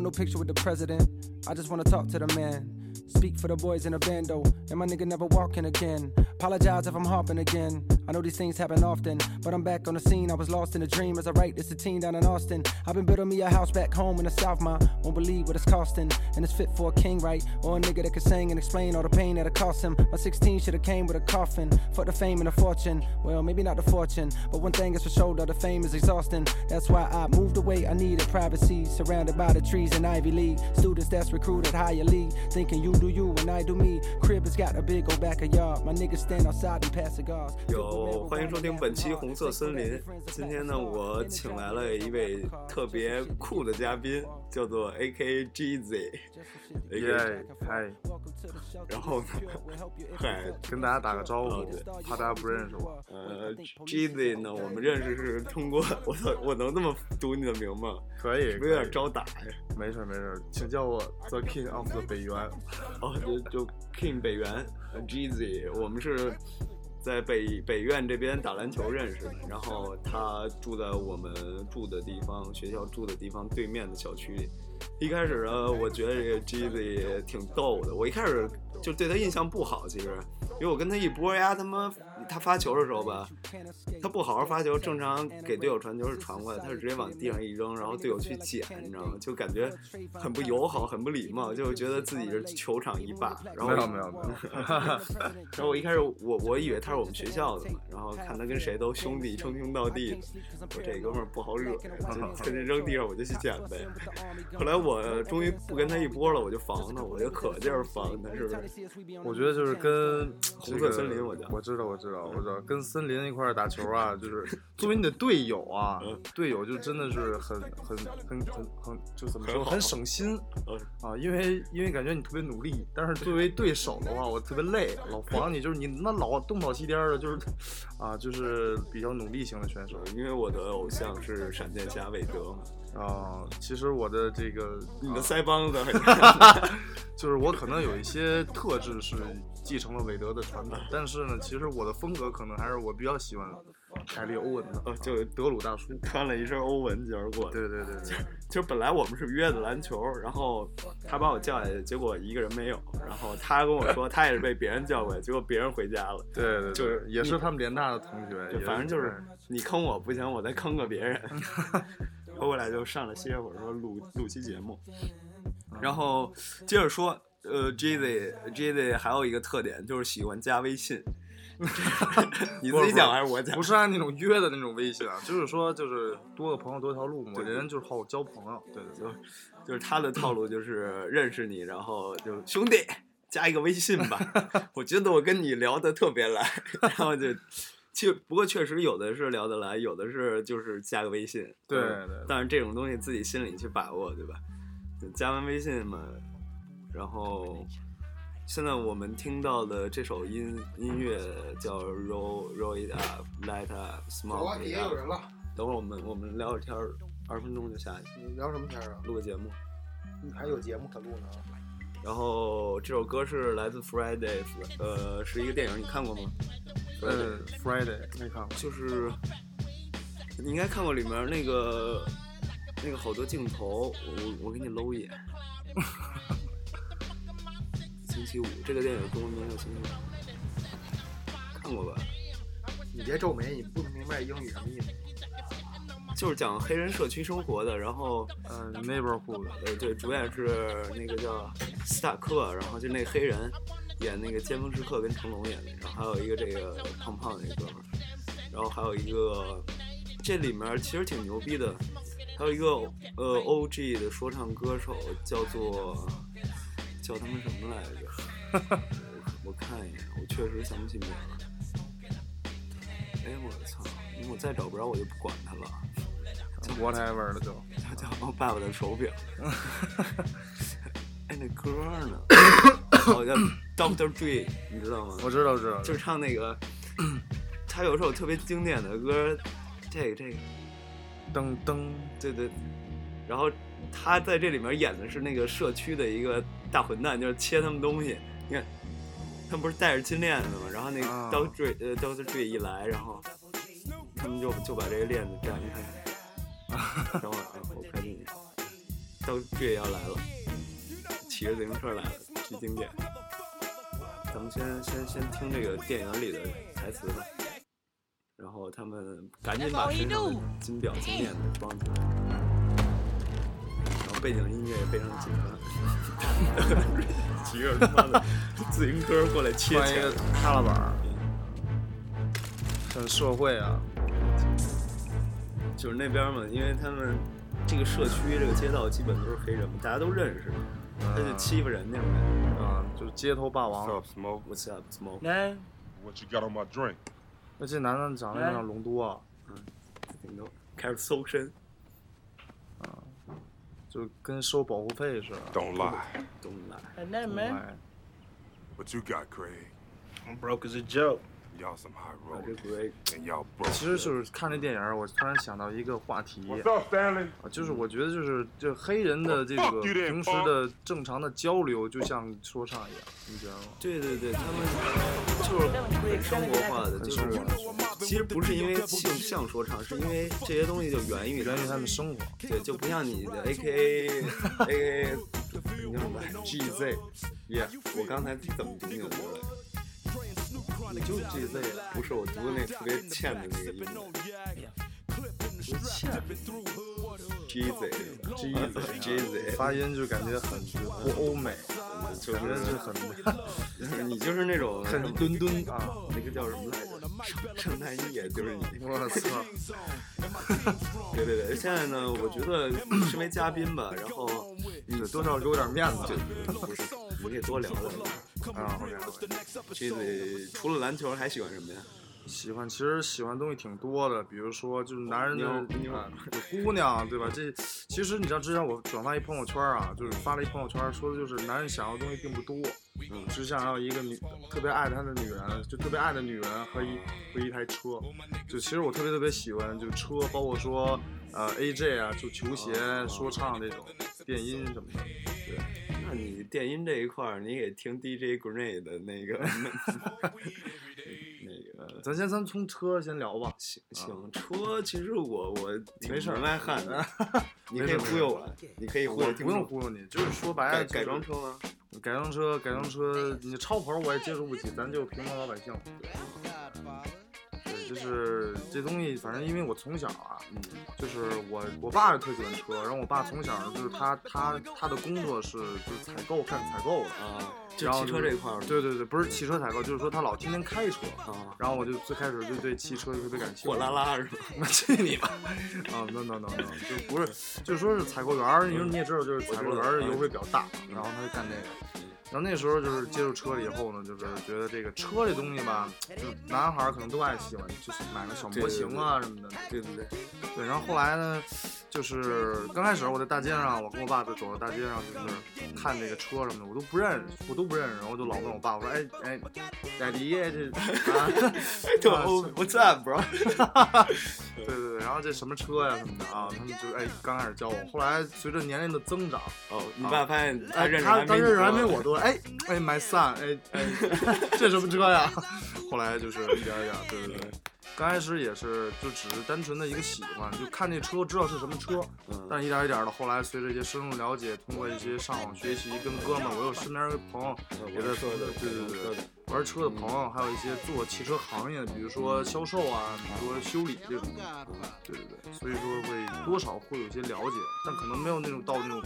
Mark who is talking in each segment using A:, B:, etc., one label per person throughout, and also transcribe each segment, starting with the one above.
A: no picture with the president. I just wanna talk to the man. Speak for the boys in the bando, and my nigga never walking again. Apologize if I'm harping again. I know these things happen often, but I'm back on the scene. I was lost in a dream as I write this a teen down in Austin. I've been building me a house back home in the South, my won't believe what it's costing. And it's fit for a king, right? Or a nigga that can sing and explain all the pain that it cost him. My 16 should have came with a coffin. For the fame and the fortune. Well, maybe not the fortune, but one thing is for sure that the fame is exhausting. That's why I moved away. I needed privacy, surrounded by the trees in Ivy League. Students that's recruited highly, thinking you do you and I do me. Crib has got a big old backyard. My niggas stand outside and pass cigars.
B: 有，欢迎收听本期《红色森林》。今天呢，我请来了一位特别酷的嘉宾，叫做 A.K. Jeezy。
C: 耶，嗨，
B: 然后呢，嗨，
C: 跟大家打个招呼
B: 哦对，
C: 怕大家不认识我。
B: 呃，Jeezy 呢，我们认识是通过我操，我能那么读你的名吗？
C: 可以，
B: 是不是有
C: 可以
B: 点招打呀？
C: 没事儿没事儿，请叫我 The King of the 北原。
B: 哦，就就 King 北原 Jeezy，我们是在北北院这边打篮球认识的，然后他住在我们住的地方，学校住的地方对面的小区里。一开始呢，我觉得这个 Jeezy 挺逗的，我一开始就对他印象不好，其实，因为我跟他一波呀，他妈他发球的时候吧，他不好好发球，正常给队友传球是传过来，他是直接往地上一扔，然后队友去捡，你知道吗？就感觉很不友好，很不礼貌，就觉得自己是球场一霸。然后
C: 没有没有没有，
B: 然 后我一开始我我以为他是我们学校的嘛，然后看他跟谁都兄弟称兄道弟的，我这哥们儿不好惹呀， 就就扔地上我就去捡呗。 后来我终于不跟他一波了，我就防他，我就可劲儿防他，是不是？
A: 嗯
C: 我觉得就是跟
B: 红色
C: 这个
B: 森林我叫嗯
C: 我知道我知道我知道，跟森林一块儿打球 啊，就是作为你的队友啊，
B: 嗯
C: 队友就真的是很很很很很就怎么说，
B: 很好
C: 很省心
B: 嗯
C: 啊，因为因为感觉你特别努力，但是作为对手的话，我特别累，老防你，就是你那老东倒西颠儿的，就是啊，就是比较努力型的选手。
B: 嗯因为我的偶像是闪电侠韦德嘛，
C: 啊、其实我的这个，
B: 你的
C: 啊
B: 腮帮子很
C: 就是我可能有一些特质是继承了韦德的传统，但是呢，其实我的风格可能还是我比较喜欢凯利·欧文的，
D: 哦
B: 呃，就
C: 德鲁大叔。
B: 穿了一身欧文今儿过来。
C: 对对对对，
B: 其实本来我们是约的篮球，然后他把我叫下去，结果一个人没有。然后他跟我说，他也是被别人叫过去，结果别人回家了。
C: 对对，
B: 就是
C: 对也是他们联大的同学，
B: 就
C: 也
B: 反正就是你坑我不行，我再坑个别人。 后我俩就上来歇会儿，说录录期节目，然后接着说，呃，Jazzy Jazzy 还有一个特点就是喜欢加微信， 你自己讲还是我讲
C: 不？是按那种约的那种微信啊，就是说就是多个朋友多条路嘛，我这人就是好交朋友。对对对，
B: 就是他的套路就是认识你，然后就兄弟加一个微信吧。 我觉得我跟你聊的特别来，然后就。确不过确实有的是聊得来，有的是就是加个微信。
C: 对
B: 嗯
C: 对
B: 但是这种东西自己心里去把握，对吧？就加完微信嘛，然后现在我们听到的这首音音乐叫 Roll Roll It Up Light Up
D: 走啊，
B: Smoke
D: 底
B: It
D: 下有
B: Up。
D: 人了，
B: 等会儿我们我们聊会儿天儿，二十分钟就下去
D: 你聊什么天儿啊？
B: 录个节目。
D: 你还有节目可录呢啊？
B: 然后这首歌是来自 Friday，呃，是一个电影，你看过吗？
C: 嗯，Friday 没看过，
B: 就是你应该看过里面那个那个好多镜头，我我给你搂一眼。星期五这个电影中文名叫《星期五》，看过吧？
D: 你别皱眉，你不明白英语什么意思？
B: 就是讲黑人社区生活的，然后
C: 嗯，Neighborhood，
B: 呃，对，主演是那个叫斯塔克，然后就那黑人演那个《尖峰时刻》跟成龙演的，然后还有一个这个胖胖的一个哥们儿，然后还有一个这里面其实挺牛逼的，还有一个呃 OG 的说唱歌手叫做叫他们什么来着？ 我我看一眼，我确实想不起名了。哎，我操！我再找不着我就不管他了。
C: whatever 的就。
B: 他叫我爸爸的手表。哎，那歌呢？好像 Doctor Dre，你知道吗？
C: 我知道，我知道，
B: 就是唱那个，他有一首特别经典的歌，这个这个，
C: 噔噔，
B: 对对。然后他在这里面演的是那个社区的一个大混蛋，就是切他们东西。你看，他们不是戴着金链子吗？然后那个
C: 啊
B: Doctor Dre，、呃，Doctor Dre 一来，然后他们就就把这个链子摘开。等会儿啊，我看你。到这也要来了，骑着自行车来了，最经典。咱们先先先听这个电影里的台词吧，然后他们赶紧把身上的金表金链子装起来，然后背景音乐也非常紧张， 骑着他妈的自行车过来切
C: 穿一
B: 钱
C: 个。踏拉板儿，很社会啊。
B: 就是那边嘛，因为他们这个社区这个街道基本都是黑人嘛，大家都认识，他就欺负人那种感
C: 啊，就是街头霸王。
E: What's up, Smoke?
B: 觉。What's up, smoke？
C: 哎，
E: What you got on my drink?
C: 那这男的长得有点龙都啊，
B: 你都开始搜身，
C: 就跟收保护费似的。
E: Don't lie.
B: 懂了。
C: 哎，
E: What you got, Craig?
F: I'm broke as a joke.
E: Y'all some high
B: 把这
E: rollers,
B: Greg
E: and y'all broke.
C: 其实就是看这电影儿，我突然想到一个话题
E: What's up, Stanley?
C: 啊，就是我觉得就是就黑人的这
E: Fuck
C: 个
E: you then,
C: 平时的正常的交流，就像说唱一样，你觉得吗？
B: 对对对，他们就是很生活化的，就是其实不是因为性向说唱，是因为这些东西就源于
C: 源于他们生活。
B: 对，就不像 你的 A K A A A 你叫什么 G Z，耶、我刚才怎么读你的名字来着？你就 G Z，不是我读的那特别欠的那个音，G Z G Z G Z，
C: 发音就感觉很不欧美，
B: 就
C: 觉得
B: 是
C: 是很
B: 就是你就是那种
C: 很墩墩啊。
B: 那个叫什么来着？圣诞夜就是你。
C: 我操！
B: 对对对，现在呢，我觉得身为嘉宾吧，然后你
C: 多少给我点面子
B: 就不是，你可以多聊聊。
C: 啊！OK，
B: 这得除了篮球还喜欢什么呀？
C: 喜欢其实喜欢东西挺多的，比如说就是男人
B: 妞
C: 的
B: 妞
C: 啊有姑娘对吧？这其实你知道之前我转发一朋友圈啊，就是发了一朋友圈，说的就是男人想要的东西并不多，嗯，只想要一个女特别爱他的女人，就特别爱的女人和一和一台车。就其实我特别特别喜欢就车，包括说呃 AJ 啊，就球鞋、说唱这种电音什么的。
B: 那你电音这一块儿，你也听 DJ Green 的那 个那个。
C: 咱先咱从车先聊吧，
B: 行
C: 哦
B: 行，车其实我我挺
C: 没事儿
B: 门外汉的，你可以
C: 没事儿
B: 忽悠我，你可以忽
C: 我
B: 悠
C: 不用
B: 听众。
C: 忽悠你，就是说白
B: 改
C: 了
B: 改装
C: 车。
B: 车吗？
C: 改装车，改装车，你超跑我也接触不起，咱就平凡老百姓。
B: 啊
C: 对，就是这东西，反正因为我从小啊，
B: 嗯，
C: 就是我我爸特喜欢车，然后我爸从小就是他他他的工作是就是采购干采购的，
B: 啊，就
C: 然后
B: 汽
C: 就
B: 车
C: 是
B: 这一块儿吗
C: 对对对，不是汽车采购，就是说他老天天开车，
B: 啊，
C: 然后我就最开始就对汽车就特别感兴趣。
B: 货拉拉是吧？
C: 我去你吧！啊，no no no no，就不是，就说是采购员儿，你说你也知道，就是采购员儿油会比较大，然后他就干这个。然后那时候就是接触车了以后呢，就是觉得这个车这东西吧，就是男孩儿可能都爱喜欢，就是买个小模型啊什么的。
B: 对对对，
C: 对，然后后来呢，就是刚开始我在大街上，我跟我爸就走到大街上，就是看这个车什么的，我都不认识，我都不认识，然后我就老问我爸，我说哎哎，奶迪这啊，
B: 就
C: 啊
B: What's up, bro？
C: 对对对，然后这什么车呀、什么的啊，他们就哎刚开始教我，后来随着年龄的增长，
B: 哦，你爸发现他
C: 哎
B: 认识
C: 他他
B: 你啊
C: 认识还
B: 多
C: 没我多，哎哎 my son，哎哎 这什么车呀？后来就是一点儿一点儿，对对对，刚开始也是就只是单纯的一个喜欢，就看这车知道是什么车，
B: 嗯
C: 但一点儿一点的，后来随着一些深入了解，通过一些上网学习，跟哥们儿，我有身边儿朋友也在
B: 说嗯的
C: 对对对，玩车的朋友，还有一些做汽车行业的，比如说销售啊，比如说修理这种，对对对，所以说会多少会有些了解，但可能没有那种到那种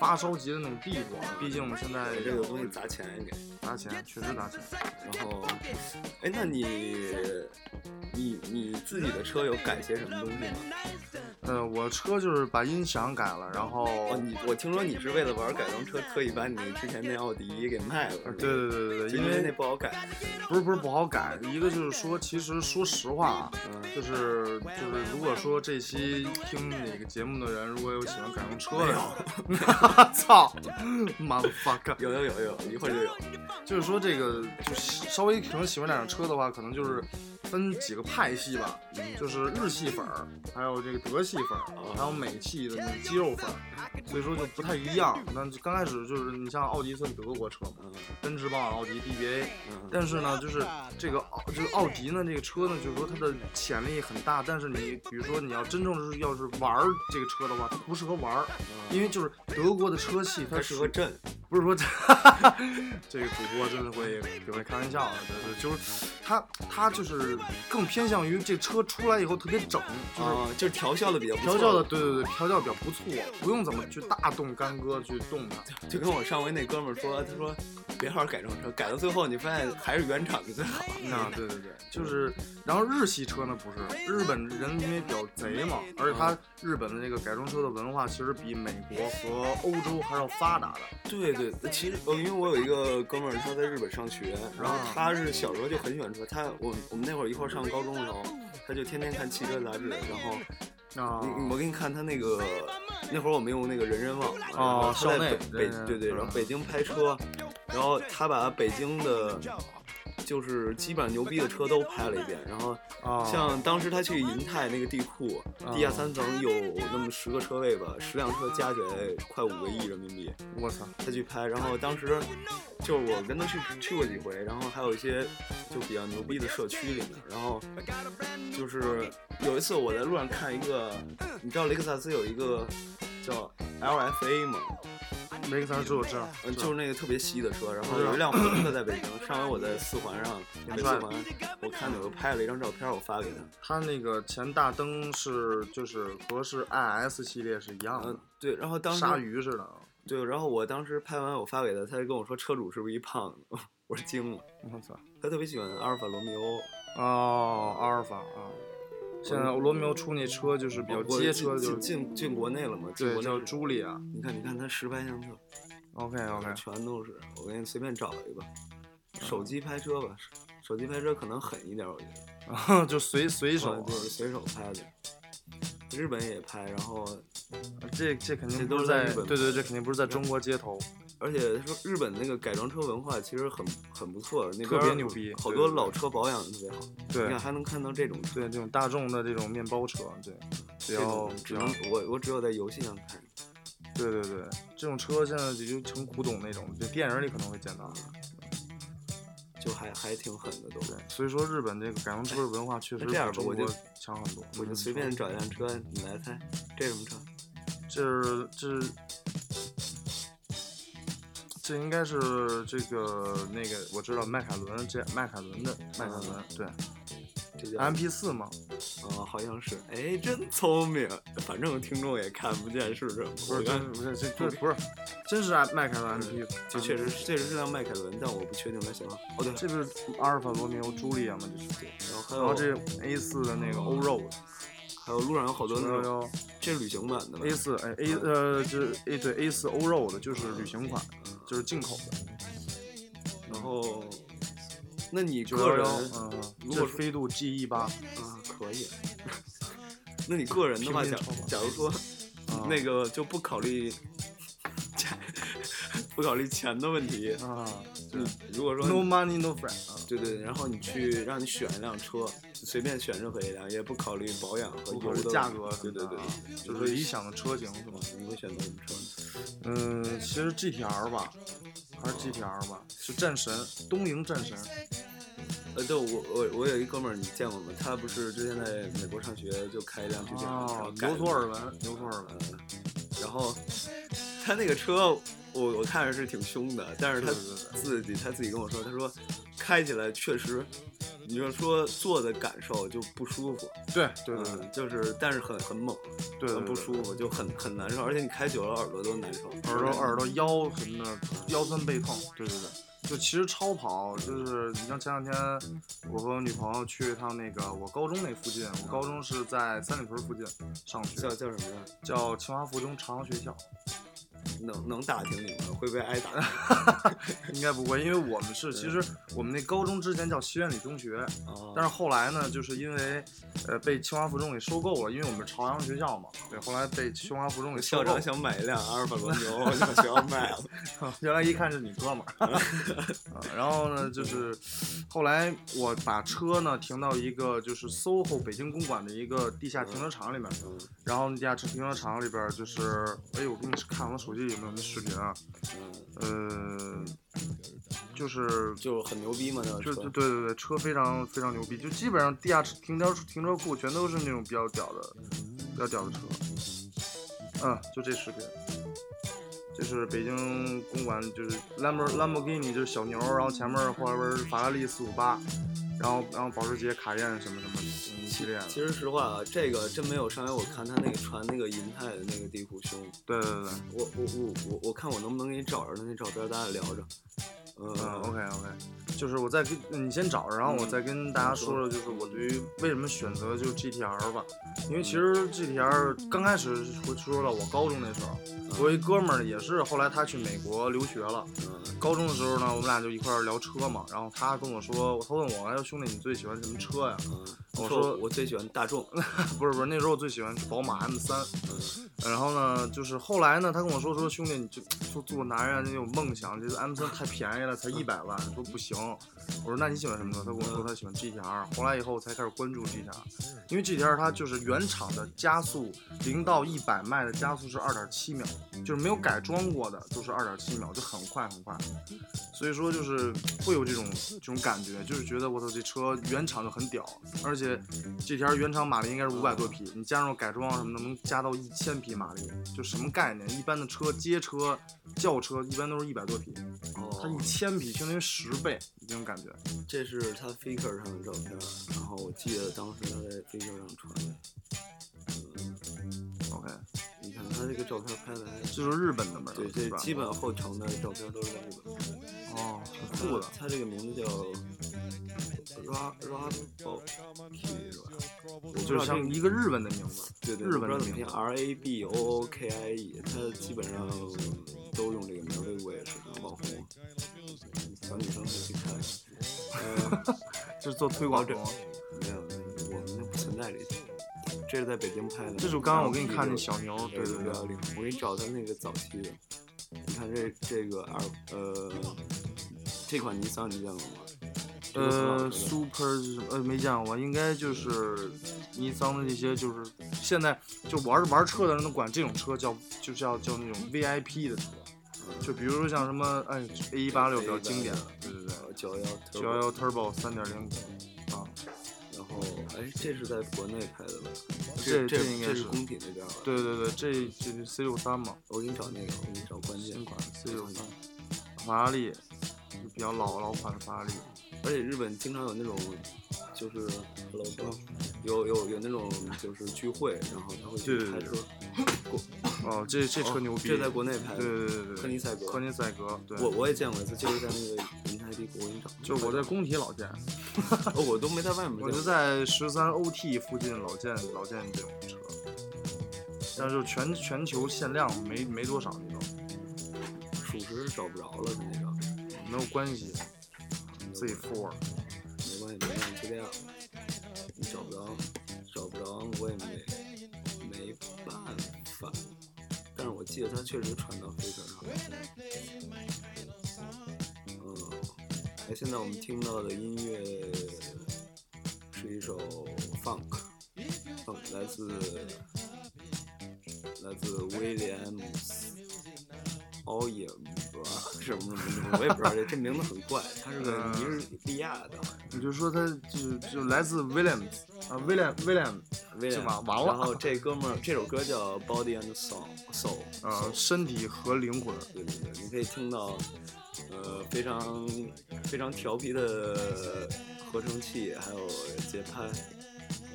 C: 发烧级的那种地步，啊，毕竟现在
B: 哎这个东西砸钱一点。
C: 砸钱，确实砸钱。
B: 然后，哎，那你你你自己的车有改些什么东西吗？
C: 呃，我车就是把音响改了，然后
B: 哦，你我听说你是为了玩改装车，特意把你之前那奥迪给卖了。是吧
C: 对，对对
B: 就
C: 对对，
B: 因
C: 因
B: 为
C: 为
B: 那不好改。
C: 不是不是不好改，一个就是说，其实说实话啊，就是就是，如果说这期听哪个节目的人，如果有喜欢改装车的， 操，motherfucker，
B: 有有有有，一会儿就有。
C: 就是说这个就是稍微可能喜欢两辆车的话，可能就是分几个派系吧，嗯就是日系粉儿，还有这个德系粉儿，还有美系的那肌肉粉儿，所以说就不太一样。那就刚开始就是你像奥迪算德国车嘛，
B: 嗯
C: 奔驰、宝马、奥迪、BBA，
B: 嗯
C: 但是呢，就是这个奥这个奥迪呢，这个车呢，就是说它的潜力很大，但是你比如说你要真正是要是玩儿这个车的话，它不适合玩儿，因为就是德国的车系它
B: 它适合
C: 这，
B: 震，
C: 不是说 这个主播真的会只会开玩笑的，啊就是就是它它就是更偏向于这车出来以后特别整，就是。
B: 啊，就是调校的比较不错
C: 调教的，对对对，调教比较不错，不用怎么去大动干戈去动它。
B: 就跟我上回那哥们儿说，他说别好好改装车，改到最后你发现还是原厂的最好。
C: 啊，对对对，就是，然后日系车呢不是，日本人因为比较贼嘛，而且他日本的这个改装车的文化其实比美国和欧洲还要发达的。
B: 对对，其实呃，因为我有一个哥们儿，他在日本上学，然
C: 嗯
B: 后他是小时候就很喜欢车，他我我们那会儿一块儿上高中的时候，他就天天看汽车杂志，然后
C: 啊
B: 你你我给你看他那个，那会儿我们用那个人人网嘛，然后
C: 哦
B: 他在
C: 校内
B: 北
C: 人
B: 北
C: 人
B: 对对，
C: 嗯
B: 然后北京拍车，然后他把北京的，就是基本上牛逼的车都拍了一遍，然后
C: 啊
B: 像当时他去银泰那个地库，地下
C: 哦
B: 三层有那么十个车位吧，十辆车加起来快五个亿人民币，
C: 我操，
B: 他去拍，然后当时就是我跟他去去过几回，然后还有一些就比较牛逼的社区里面，然后就是有一次我在路上看一个，你知道雷克萨斯有一个叫 LFA 吗？
C: 雷克萨斯我知道，
B: 嗯，就是那个特别稀的车，然后
C: 是
B: 有一辆红的在北京，上回我在四环上，北四
C: 帅
B: 环，我看到有拍了一张照片，我发给他。
C: 它那个前大灯是就是和是 IS 系列是一样
B: 嗯
C: 的，，
B: 对，然后当时
C: 鲨鱼似的。啊
B: 对，然后我当时拍完我发给他，他就跟我说车主是不是一胖子， 我说惊了，
C: 我操，
B: 他特别喜欢阿尔法罗密欧。
C: 哦，阿尔法啊，现在罗密欧出那车就是比较
B: 我
C: 街哦车，
B: 进
C: 就是
B: 进进国内了嘛？进
C: 对
B: 国内
C: 叫
B: 了
C: 朱莉亚。
B: 你看，你看它实拍相册，
C: OK OK，
B: 全都是。我给你随便找一个，
C: 嗯
B: 手机拍车吧，手机拍车可能狠一点，我觉得。
C: 就随随手
B: 啊
C: 啊。
B: 就是随手拍的，日本也拍，然后
C: 这这肯
B: 这
C: 定
B: 都
C: 不
B: 是
C: 是
B: 在
C: 在
B: 日本
C: 对对，这肯定不是在中国街头。
B: 而且他说日本那个改装车文化其实很很不错，那边
C: 特别牛逼
B: 好
C: 对
B: 多
C: 对
B: 老车保养得特别好。
C: 对
B: 你看还能看到这种车，
C: 对，这种大众的这种面包车，对，
B: 嗯这
C: 只要
B: 种只
C: 只要
B: 能我我只有在游戏上看。
C: 对对对，这种车现在也就成古董那种，就电影里可能会见到。
B: 就还还挺狠的都，
C: 对，所以说日本这个改装车的文化确实
B: 那这样吧
C: 比中
B: 我就
C: 国强很多。
B: 我就
C: 嗯
B: 随便，找一辆车，你来猜，这什么车？
C: 这是这是这应该是这个那个我知道迈凯伦，这迈凯伦的迈凯
B: 嗯
C: 伦，对
B: 这叫
C: ，MP 四嘛，
B: 啊，好像是，哎，真聪明。反正听众也看不见是什么，
C: 不是
B: 我看
C: 真不是这这不是，真是迈凯伦 MP，
B: 这确实确实是辆迈凯伦，但我不确定它型号。哦对，
C: 这不是阿尔法罗密欧朱丽叶吗？这是，
B: 然后还
C: 然
B: 有
C: 后这 A 四的那个欧肉
B: 还有路上有好多那
C: 幺
B: 种，
C: 幺
B: 这是旅行版的吧
C: A？四哎 A 呃这 A 对 A 四欧肉的就是旅行款，就是进口的，
B: 然后，那你
C: 九
B: 个
C: 幺
B: 人
C: 幺
B: 啊
C: 嗯，
B: 如
C: 这
B: 果
C: 是飞度 G E 八，
B: 啊可以。 那你个人的话，
C: 平
B: 假
C: 民超跑
B: 假如说
C: 啊
B: 那个就不考虑 价，不考虑钱的问题，
C: 啊
B: 你如果说
C: ，No money no friend 啊，
B: 对对，然后你去让你选一辆车，随便选任何一辆，也不考虑保养和
C: 不考
B: 油
C: 虑
B: 的
C: 价格什
B: 对对
C: 么的
B: 对
C: 啊，
B: 对
C: 就是理。想的车型是吧？
B: 你会选择什么车呢？
C: 嗯，其实 GTR 吧，还
B: 哦
C: 是 GTR 吧，就战神东瀛战神，
B: 呃，对我我我有一哥们儿，你见过吗？他不是之前在美国上学，就开一辆 GTR，、然后
C: 哦，
B: 改
C: 牛
B: 了
C: 托尔文，牛托尔文
B: 呃，然后他那个车，我我看着是挺凶的，但是他
C: 对对对
B: 自己他自己跟我说，他说开起来确实，你就说坐的感受就不舒服，
C: 对对对对
B: 嗯，就是但是很很猛，
C: 对对
B: 很不
C: 对
B: 舒服，就很很难受，而且你开久了耳朵都难受，
C: 耳朵耳朵腰什么的，腰酸背痛。对对对，就其实超跑就是你像前两天我和我女朋友去一趟那个我高中那附近，我高中是在三里屯附近上学
B: 叫，叫什么呀？
C: 叫清华附中长航学校。
B: 能能打听你们会不会挨打？
C: 应该不会，因为我们是其实我们那高中之前叫西苑里中学，
B: 啊哦
C: 但是后来呢，就是因为呃被清华附中给收购了，因为我们朝阳学校嘛，对，后来被清华附中给
B: 是校
C: 收购
B: 长。想买一辆阿尔法罗牛，我想学校卖 了。
C: 原来一看是你哥们 儿、啊然后呢，就是后来我把车呢停到一个就是 SOHO 北京公馆的一个地下停车场里面，
B: 嗯
C: 然后那地下车停车场里边就是，哎，我给你看我手机有没有那视频啊？呃，就是
B: 嗯就很牛逼嘛，那个
C: 就
B: 车
C: 就对对对，车非常非常牛逼，就基本上地下车停车停车库全都是那种比较屌的、比较屌的车。嗯，就这视频，这是北京公馆，就是兰博兰博基尼就是小牛，然后前面后边是法拉利四五八，然后然后保时捷、卡宴什么什么一系列的。
B: 其实实话啊，这个真没有上回我看他那个穿那个银泰的那个地库胸，
C: 对对对，对
B: 我我我我我看我能不能给你找着他那照片，咱俩聊着。嗯
C: 嗯，OK OK，就是我再跟你先找着，然后我再跟大家说说，就是我对于为什么选择就是 GTR 吧，因为其实 GTR 刚开始我说了，我高中那时候，我一哥们儿也是，后来他去美国留学了，
B: 嗯
C: 高中的时候呢，我们俩就一块儿聊车嘛，然后他跟我说，他问我，哎呦兄弟，你最喜欢什么车呀？
B: 嗯，
C: 我
B: 我
C: 说
B: 说我最喜欢大众，
C: 不是不是，那时候我最喜欢是宝马 M 三，然后呢，就是后来呢，他跟我说说兄弟，你就做做男人你有梦想，这个 M 三太便宜了，才一百万，说不行。我说那你喜欢什么车？他跟我说他喜欢 GTR，后来以后我才开始关注 GTR，因为 GTR 它就是原厂的加速零到一百迈的加速是二点七秒，就是没有改装过的，就是二点七秒，就很快很快。所以说就是会有这种这种感觉，就是觉得我操这车原厂就很屌，而且这条原厂马力应该是五百多匹，你加上改装什么的能加到一千匹马力，就什么概念？一般的车街车、轿车一般都是一百多匹，它一
B: 哦，
C: 千匹相当于十倍那种感觉。
B: 这是他 Faker 上的照片，然后我记得当时他在 Faker 上穿的。嗯，
C: OK，
B: 你看他这个照片拍的还
C: 这就是日本的门儿，
B: 对，
C: 呃是
B: 这
C: 吧
B: 基本后程的照片都是在日本。
C: 哦，挺酷的。
B: 他这个名字叫 Ra Raboki 是吧？我不知
C: 就
B: 道
C: 是像
B: 这个
C: 一个日文的名字，
B: 对对，
C: 日
B: 我不
C: 本
B: 知道
C: 的
B: 怎么
C: 名
B: 念
C: 字。
B: R A B O O K I E，他基本上都用这个名儿，这个我也是网红，小女生可以去看。呃，
C: 就是做推广的吗。
B: 没有，我们就不存在这些。这是在北京拍的，
C: 这就是刚刚我给你看那小牛
B: 对
C: 对对对
B: 对，我给你找他那个早期的。你看这这个二呃，这款尼桑你见过吗？这个很好
C: 呃
B: 吃的
C: ，Super 是什么呃没见过，应该就是尼桑的这些，就是现在就玩玩车的人都管这种车叫就叫叫那种 VIP 的车，
B: 嗯
C: 就比如说像什么哎 A 一八六比较经典的，对对对，
B: 呃九幺
C: 九幺幺 Turbo 三点零啊，
B: 然后哎，这是在国内拍的吧？
C: 这
B: 这
C: 这应该
B: 这
C: 是
B: 是工体那边吧？，
C: 对对对，这这是 C 六三嘛，
B: 我给你找那个，我给你找关键
C: 新款 C 六三，法拉利就比较老老款的法拉利，
B: 而且日本经常有那种，就是 hello，有有有那种就是聚会，然后他会去
C: 对对
B: 拍
C: 对
B: 车。
C: 哦，这这车
B: 哦
C: 牛逼，
B: 这在国内拍的。
C: 对对对对对，
B: 科尼赛格
C: 科尼赛格，对，
B: 我我也见过一次，就是在那个银泰帝国，我给你找。
C: 就是我在工体老见。
B: 哦，我都没在外面见过。
C: 我就在十三 OT 附近老见老见这种车，但是就全全球限量没没多少那种，
B: 属实是找不着了，那个
C: 没有关系。Z4
B: 没关系，没关系，就这样。你找不着，找不着，我也没没办法。但是我记得他确实传到飞车上了。嗯，哎，现在我们听到的音乐是一首 funk，funk 来自来自 Williams。哦 也不知道什么什么什么，我也不知道这这名字很怪，他是个尼日利亚的，好像
C: 你就说它就就来自 Williams 啊，William William
B: 威
C: 是
B: 廉
C: 吧完了
B: 然后这哥们儿这首歌叫《Body and Soul Soul》
C: 啊，身体和灵魂，
B: 对对对，你可以听到，呃，非常非常调皮的合成器，还有节拍，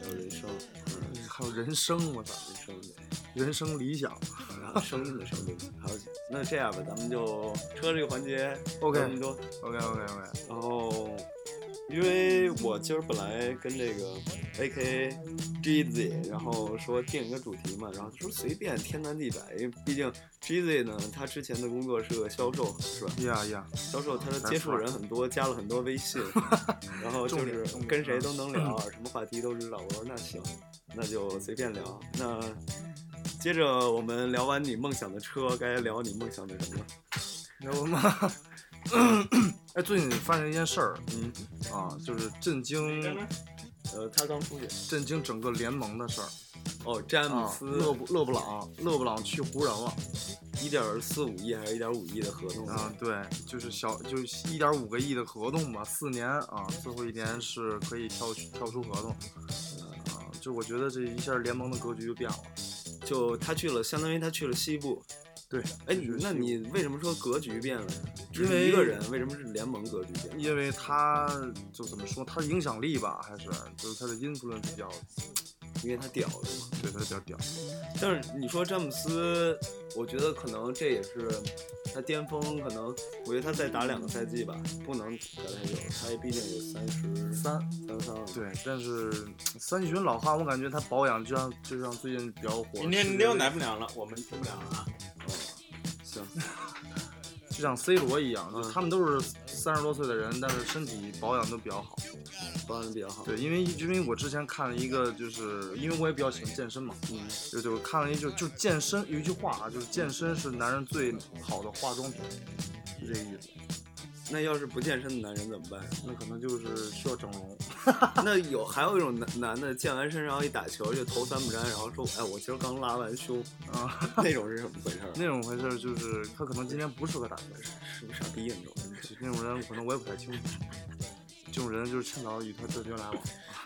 B: 还有人声，嗯，
C: 还有人生，我操，
B: 人声对。
C: 人生理想。
B: 然后声音的声音，还有那这样吧，咱们就车这个环节
C: OK
B: 差不多，
C: OK OK OK，
B: 然后因为我今儿本来跟这个 A K Jizzy，然后说定一个主题嘛，然后说随便天南地北，因为毕竟 Jizzy 呢，他之前的工作是个销售，是吧？
C: 呀呀，
B: 销售他的接触人很多，加了很多微 信，然后就是
C: 啊
B: 跟谁都能聊，什么话题都知道。我说那行，那就随便聊。那接着我们聊完你梦想的车，该聊你梦想的什么了？
C: 你知道吗？哎，最近发现一件事儿
B: 嗯，
C: 啊，就是震惊
B: 呃，他刚出去。
C: 震惊整个联盟的事儿。
B: 哦，詹姆
C: 啊，
B: 斯
C: 勒布勒布朗，勒布朗去湖人了
B: 一点四五亿还是一点五亿的合同
C: 啊！对，就是小就是一点五个亿的合同吧，四年啊，最后一年是可以跳出跳出合同。啊，就我觉得这一下联盟的格局就变了。
B: 就他去了，相当于他去了西部。
C: 对，
B: 哎，
C: 就是
B: 那
C: 西部
B: 你为什么说格局变了？只
C: 因为
B: 一个人，为什么是联盟格局变了？
C: 因为他就怎么说，他的影响力吧，还是就是他的 influence 比较，
B: 因为他屌了嘛。
C: 对他比较屌。
B: 但是你说詹姆斯，我觉得可能这也是他巅峰，可能我觉得他再打两个赛季吧，不能打太久，他也毕竟有三十
C: 三
B: 三三了。
C: 对，但是三旬老汉，我感觉他保养就像就像最近比较火，
F: 明天又奶不凉了，我们吃不了了啊。
B: 行，
C: 就像 C 罗一样，
B: 嗯
C: 就他们都是三十多岁的人，但是身体保养都比较好。嗯
B: 保养得比较好。
C: 对，因为因为我之前看了一个，就是因为我也比较喜欢健身嘛，
B: 嗯，
C: 就就看了一就就健身有一句话啊，就是健身是男人最好的化妆品，就这个意思。
B: 那要是不健身的男人怎么办？
C: 那可能就是需要整容。
B: 那有还有一种男男的健完身然后一打球就投三不沾，然后说哎我今儿刚拉完胸
C: 啊，
B: 那种是怎么回事儿？啊
C: 那种回事儿就是他可能今天不适合打球，
B: 是不是傻逼那啊种？
C: 那种人可能我也不太清楚。这种人就是趁早与他断绝来往。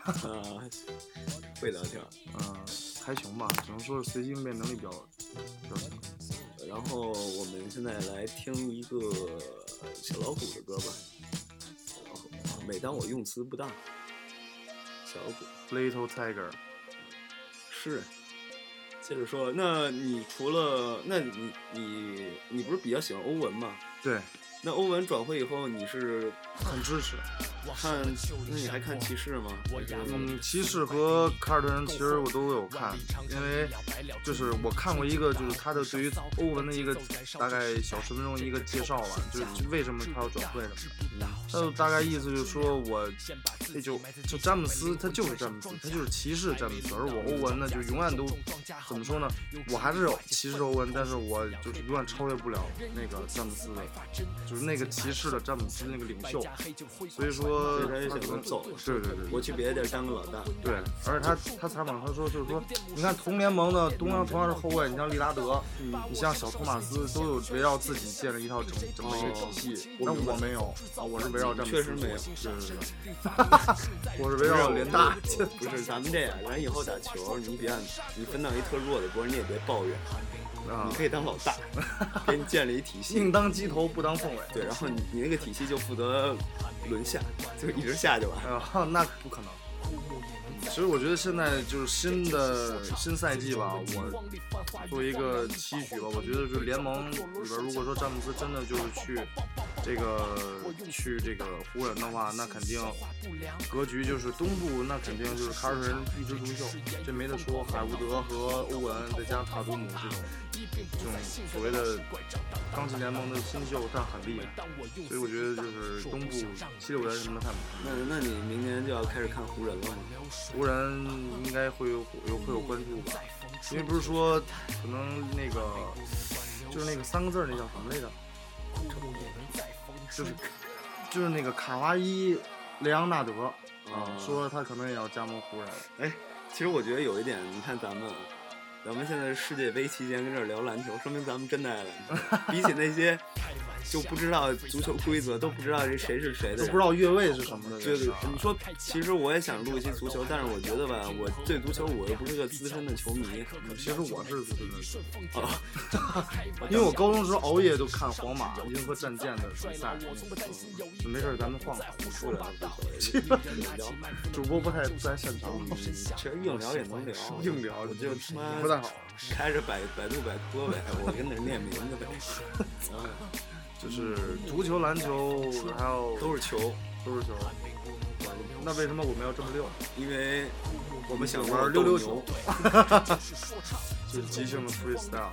B: 啊， 会聊天儿。
C: 嗯，还行吧，只能说是随机应变能力比较比较强。
B: 然后我们现在来听一个小老虎的歌吧。小老虎，每当我用词不当，小老虎
C: Little Tiger，
B: 是。接着说，那你除了，那你你你不是比较喜欢欧文吗？
C: 对，
B: 那欧文转会以后，你是
C: 很支持。
B: 看，那你还看骑士吗？还是
C: 嗯，骑士和凯尔特人其实我都有看，因为就是我看过一个，就是他的对于欧文的一个大概小十分钟一个介绍吧，就是为什么他要转会什么的。他就大概意思就是说我，那就就詹姆斯他就是詹姆斯，他就是骑士詹姆斯，而我欧文呢就永远都怎么说呢？我还是有骑士欧文，但是我就是永远超越不了那个詹姆斯的，就是那个骑士的詹姆斯那个领袖。所以
B: 所
C: 说
B: 以他就
C: 他
B: 想
C: 可能
B: 走
C: 对对对。
B: 我去别的地儿当个老大。
C: 对，而且他他采访他说就是说，你看同联盟的同样同样是后卫，你像利拉德，
B: 嗯
C: 你像小托马斯，都有围绕自己建了一套整整个一个体系。那我没有啊，我是围绕詹姆斯，
B: 确实没有
C: 对 对对，我是围绕联大。
B: 不是，咱们这样，咱以后打球，你别按你分到一特弱的锅，你也别抱怨，
C: 啊
B: 你可以当老 大，给你建立一体系
C: 宁。当鸡头不当凤尾
B: 对，然后你你那个体系就负责轮下，就一直下去吧。
C: 啊，那不可能。 其实我觉得现在就是新的新赛季吧，我作为一个期许吧，我觉得就是联盟里边，如果说詹姆斯真的就是去这个去这个湖人的话，那肯定格局就是东部，那肯定就是凯尔特人一枝独秀，这没得说。海伍德和欧文再加上塔图姆这种这种所谓的钢琴联盟的新秀，但很厉害，所以我觉得就是东部七六人什么的看不起。
B: 那那你明年就要开始看湖人了吗？
C: 湖人应该会有有会有关注吧，因为不是说可能那个就是那个三个字儿那叫什么来着？
G: 嗯
C: 就是就是那个卡哇伊雷昂纳德啊，说他可能也要加盟湖人。
B: 其实我觉得有一点，你看咱们啊，咱们现在世界杯期间跟这儿聊篮球，说明咱们真的爱篮球。比起那些就不知道足球规则，都不知道这谁是谁的
C: 都
B: 人，
C: 不知道越位是什么的啊人，
B: 对对，你说，其实我也想录一期足球，但是我觉得吧，我对足球我又不是个资深的球迷，嗯
C: 其实我是不知
B: 哦，
C: 道，因为我高中时候熬夜就看皇马、银河战舰的比赛。嗯没事儿，咱们换个
B: 不聊不 聊，
C: 主播不太不在现场，
B: 其实硬聊也能聊，
C: 硬聊
B: 我就他妈
C: 不太好。
B: 开着百百度百科呗，我跟那儿念名字呗，嗯
C: 就是足球、篮球还有
B: 都是球，
C: 都是球。那为什么我们要这么溜？
B: 因为我们想
C: 玩
B: 玩
C: 溜
B: 斗牛
C: 溜球，就是即兴的 freestyle，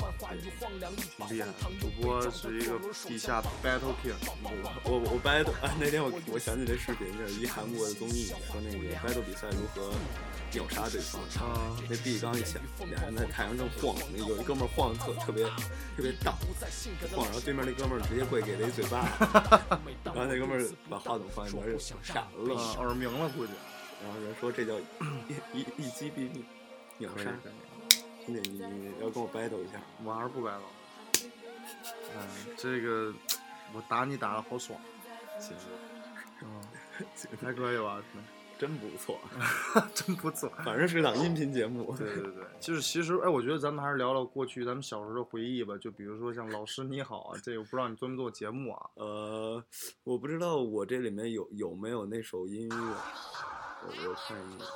C: 挺厉害。主播是一个地下 battle king，
B: 我我我 battle 啊， 那天我我想起这视频，就是一韩国的综艺说那个 battle 比赛如何秒杀对方。
C: 啊，
B: 那毕刚一想，俩人在太阳正晃，那有一哥们儿晃得特特别特别倒，晃，然后对面那哥们儿直接过去给了一嘴巴，然后那哥们儿把话筒放一边儿就闪
C: 啊
B: 了，
C: 耳鸣了估计。
B: 然后人说这叫一一一击毙命，秒杀。兄弟，你你要跟我 battle 一下，
C: 我还是不白了。嗯，这个我打你打的好爽，
B: 其实
C: 嗯 还可以吧？
B: 真不错，
C: 真不错。
B: 反正是档音频节目。
C: 对对对，就是其实哎，我觉得咱们还是聊聊过去咱们小时候的回忆吧。就比如说像《老师你好》啊，这个我不知道你做没做节目啊？
B: 呃，我不知道我这里面有有没有那首音乐，我我看一眼，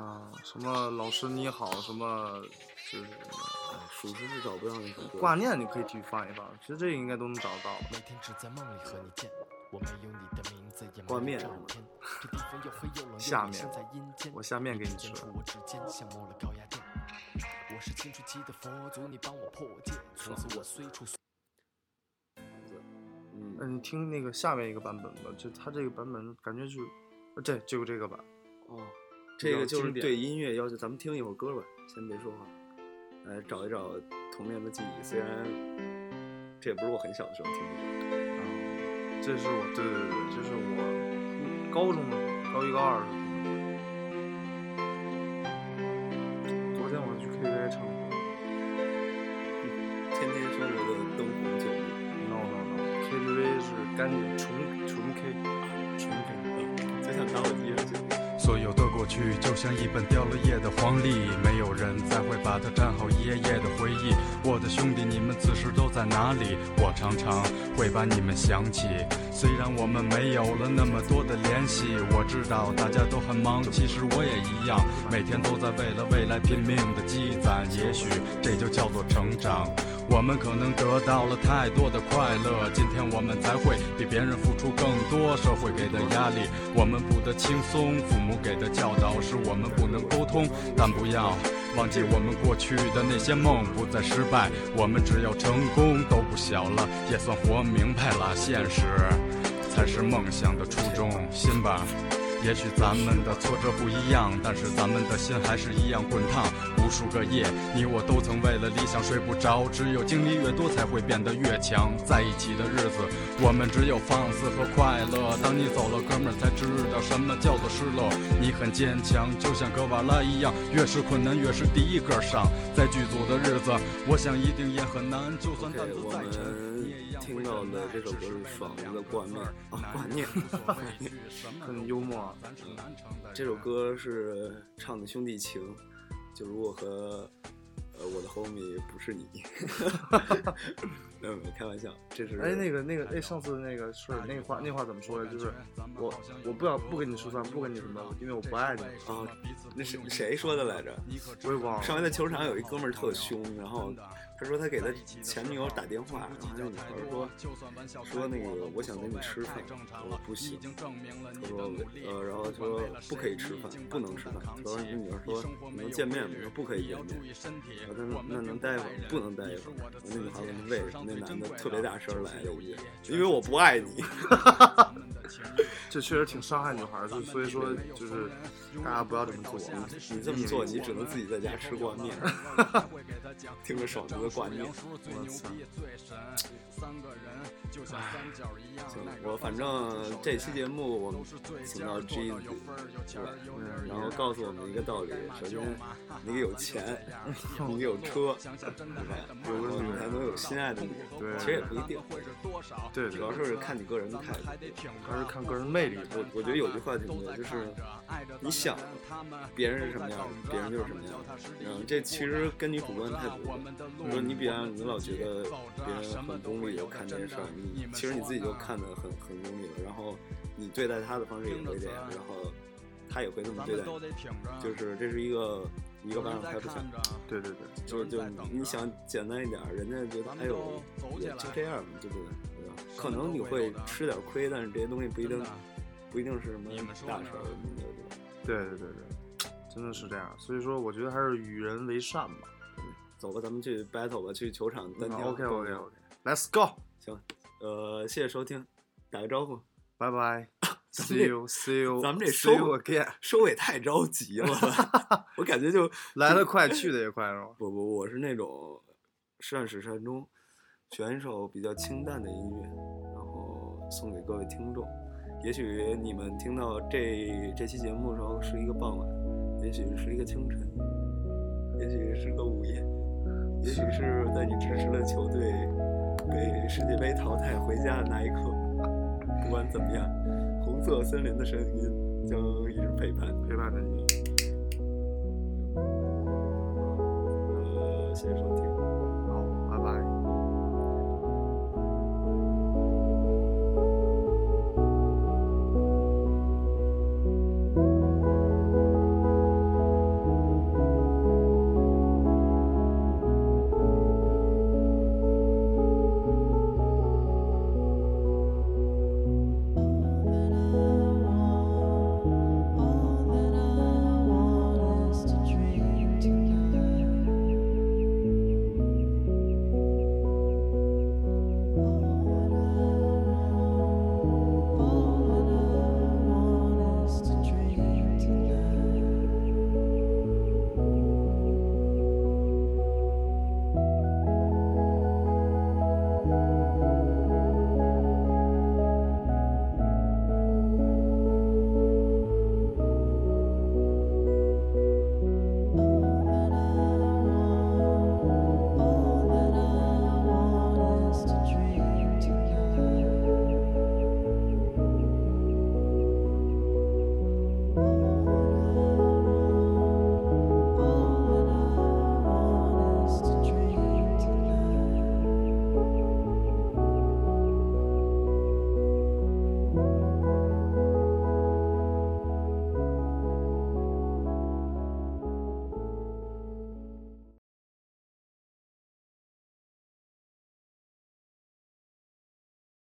C: 啊、什么《老师你好》，什么就是
B: 哎属实是找不到那首歌。
C: 挂念，你可以去放一放。其实这个应该都能找到。
G: 每天只在梦里和你见，我没有你的名字，也没
B: 挂面
G: 有照片。这地方又黑又冷，
C: 下
G: 又
C: 面
G: 身在阴间。
C: 我下面给你吃
G: 你指尖触我指尖像摸了高压电。我是青春期的佛祖，你帮我破戒。从此我虽处
B: 嗯，
C: 嗯，你听那个下面一个版本吧，就他这个版本感觉就是，呃对，就这个版。
B: 哦，这个就是
C: 经典
B: 对音乐要求。咱们听一会儿歌吧，先别说话，
C: 啊
B: 来呃找一找童年的记忆。虽然这也不是我很小的时候听的歌，
C: 嗯，这是我对对对，对这是我初高中的时候，高一高二的时候。昨天我去 KTV 唱歌
B: 天天生活的灯红酒绿。
C: ，no no no，KTV 是干净纯纯 K，纯 K。
B: 嗯就像打火机上去，
H: 所有的过去就像一本掉了页的黄历，没有人再会把它粘好一页页的回忆。我的兄弟，你们此时都在哪里？我常常会把你们想起。虽然我们没有了那么多的联系，我知道大家都很忙，其实我也一样，每天都在为了未来拼命的积攒。也许这就叫做成长。我们可能得到了太多的快乐，今天我们才会比别人付出更多。社会给的压力，我们不得轻松；父母给的教导是我们不能沟通，但不要忘记我们过去的那些梦，不再失败。我们只要成功，都不小了，也算活明白了。现实才是梦想的初衷，信吧。也许咱们的挫折不一样，但是咱们的心还是一样滚烫。无数个夜，你我都曾为了理想睡不着，只有经历越多，才会变得越强。在一起的日子，我们只有放肆和快乐。当你走了，哥们儿才知道什么叫做失落。你很坚强，就像格瓦拉一样，越是困难越是第一个上。在剧组的日子，我想一定也很难。就算
B: OK，
H: 担子
B: 我
H: 再
B: 们
H: 沉，你也一样
B: 听
H: 会
B: 到
H: 忍
B: 的
H: 耐
B: 这首
H: 只
B: 歌
H: 是
B: 是
H: 为了
B: 爽
H: 两
B: 的
H: 个
B: 挂
H: 字
B: 面
H: 儿
B: 啊
H: 男
B: 挂
H: 人
B: 面
H: 无所畏惧什么
C: 很
H: 都
C: 幽
H: 不
B: 啊
C: 默
H: 怕咱是南城 的
B: 这首
H: 人
B: 歌是唱的兄弟情，就如果和呃我的 homie 不是你， 没有没有开玩笑，这是
C: 哎，那个那个，哎，上次那个是那话那话怎么说来？就是我我不要不跟你吃饭，不跟你什么，因为我不爱你。
B: 啊，那谁谁说的来着？
C: 我也忘了。
B: 上回在球场有一哥们儿特凶，然后他说他给他前女友打电话，然后那女孩说说那个我想跟你吃饭，我说不行，他说呃然后他说不可以吃饭，不能吃饭，他说那女孩说你能见面吗？他说不可以见面，然后他说那能待一会儿，不能待一会儿，然后那女孩问为什么，那男的特别大声来了一句，因为我不爱你，
C: 这确实挺伤害女孩儿的，所以说就是大家不要这么做。啊嗯
B: 你这么做你只能自己在家吃挂面， 听着爽哥的挂面。
C: 我操！
B: 行，我反正这期节目我们请到 G，
C: 嗯
B: 然后告诉我们一个道理：首先，你得 有钱， 你得有车，对吧？有了你才能有心爱的女人。
C: 对
B: 其实也不一定，
C: 对，
B: 主要是看你个人的态度。
C: 还是看个人魅力吧。
B: 我我觉得有句话挺对，就是你想别人是什么样，别人就是什么样。嗯，这其实跟你主观态度有关。如果你比方你老觉得别人很功利的看这件事儿，你其实你自己就看得很很功利了，然后你对待他的方式也会这样，然后他也会那么对待你，就是这是一个一个巴掌拍不响。
C: 对对对，
B: 就就你想简单一点儿，人家觉得哎呦也就这样，对不对？对吧？可能你会吃点亏，但是这些东西不一定不一定是什么
H: 你们说
B: 大
H: 呢
B: 事儿。对
C: 对对对对，真的是这样。所以说，我觉得还是与人为善吧。
B: 走吧，咱们去 battle 吧，去球场单挑。
C: 嗯 OK OK OK，Let's go，
B: 行，呃，谢谢收听，打个招呼。
C: 拜拜
B: 咱们
C: ，See
B: 这
C: you See you，
B: 咱们这
C: See
B: 收
C: you again，
B: 收尾太着急了吧， 我感觉就
C: 来得快去得也快是吧？
B: 不不，我是那种善始善终，选一首比较清淡的音乐，然后送给各位听众。也许你们听到这这期节目的时候是一个傍晚，也许是一个清晨，也许是个午夜，也许是在你支持的球队被世界杯淘汰回家的那一刻。不管怎么样，红色森林的声音将一直陪伴你
C: 陪伴着你。
B: 呃，谢谢收听。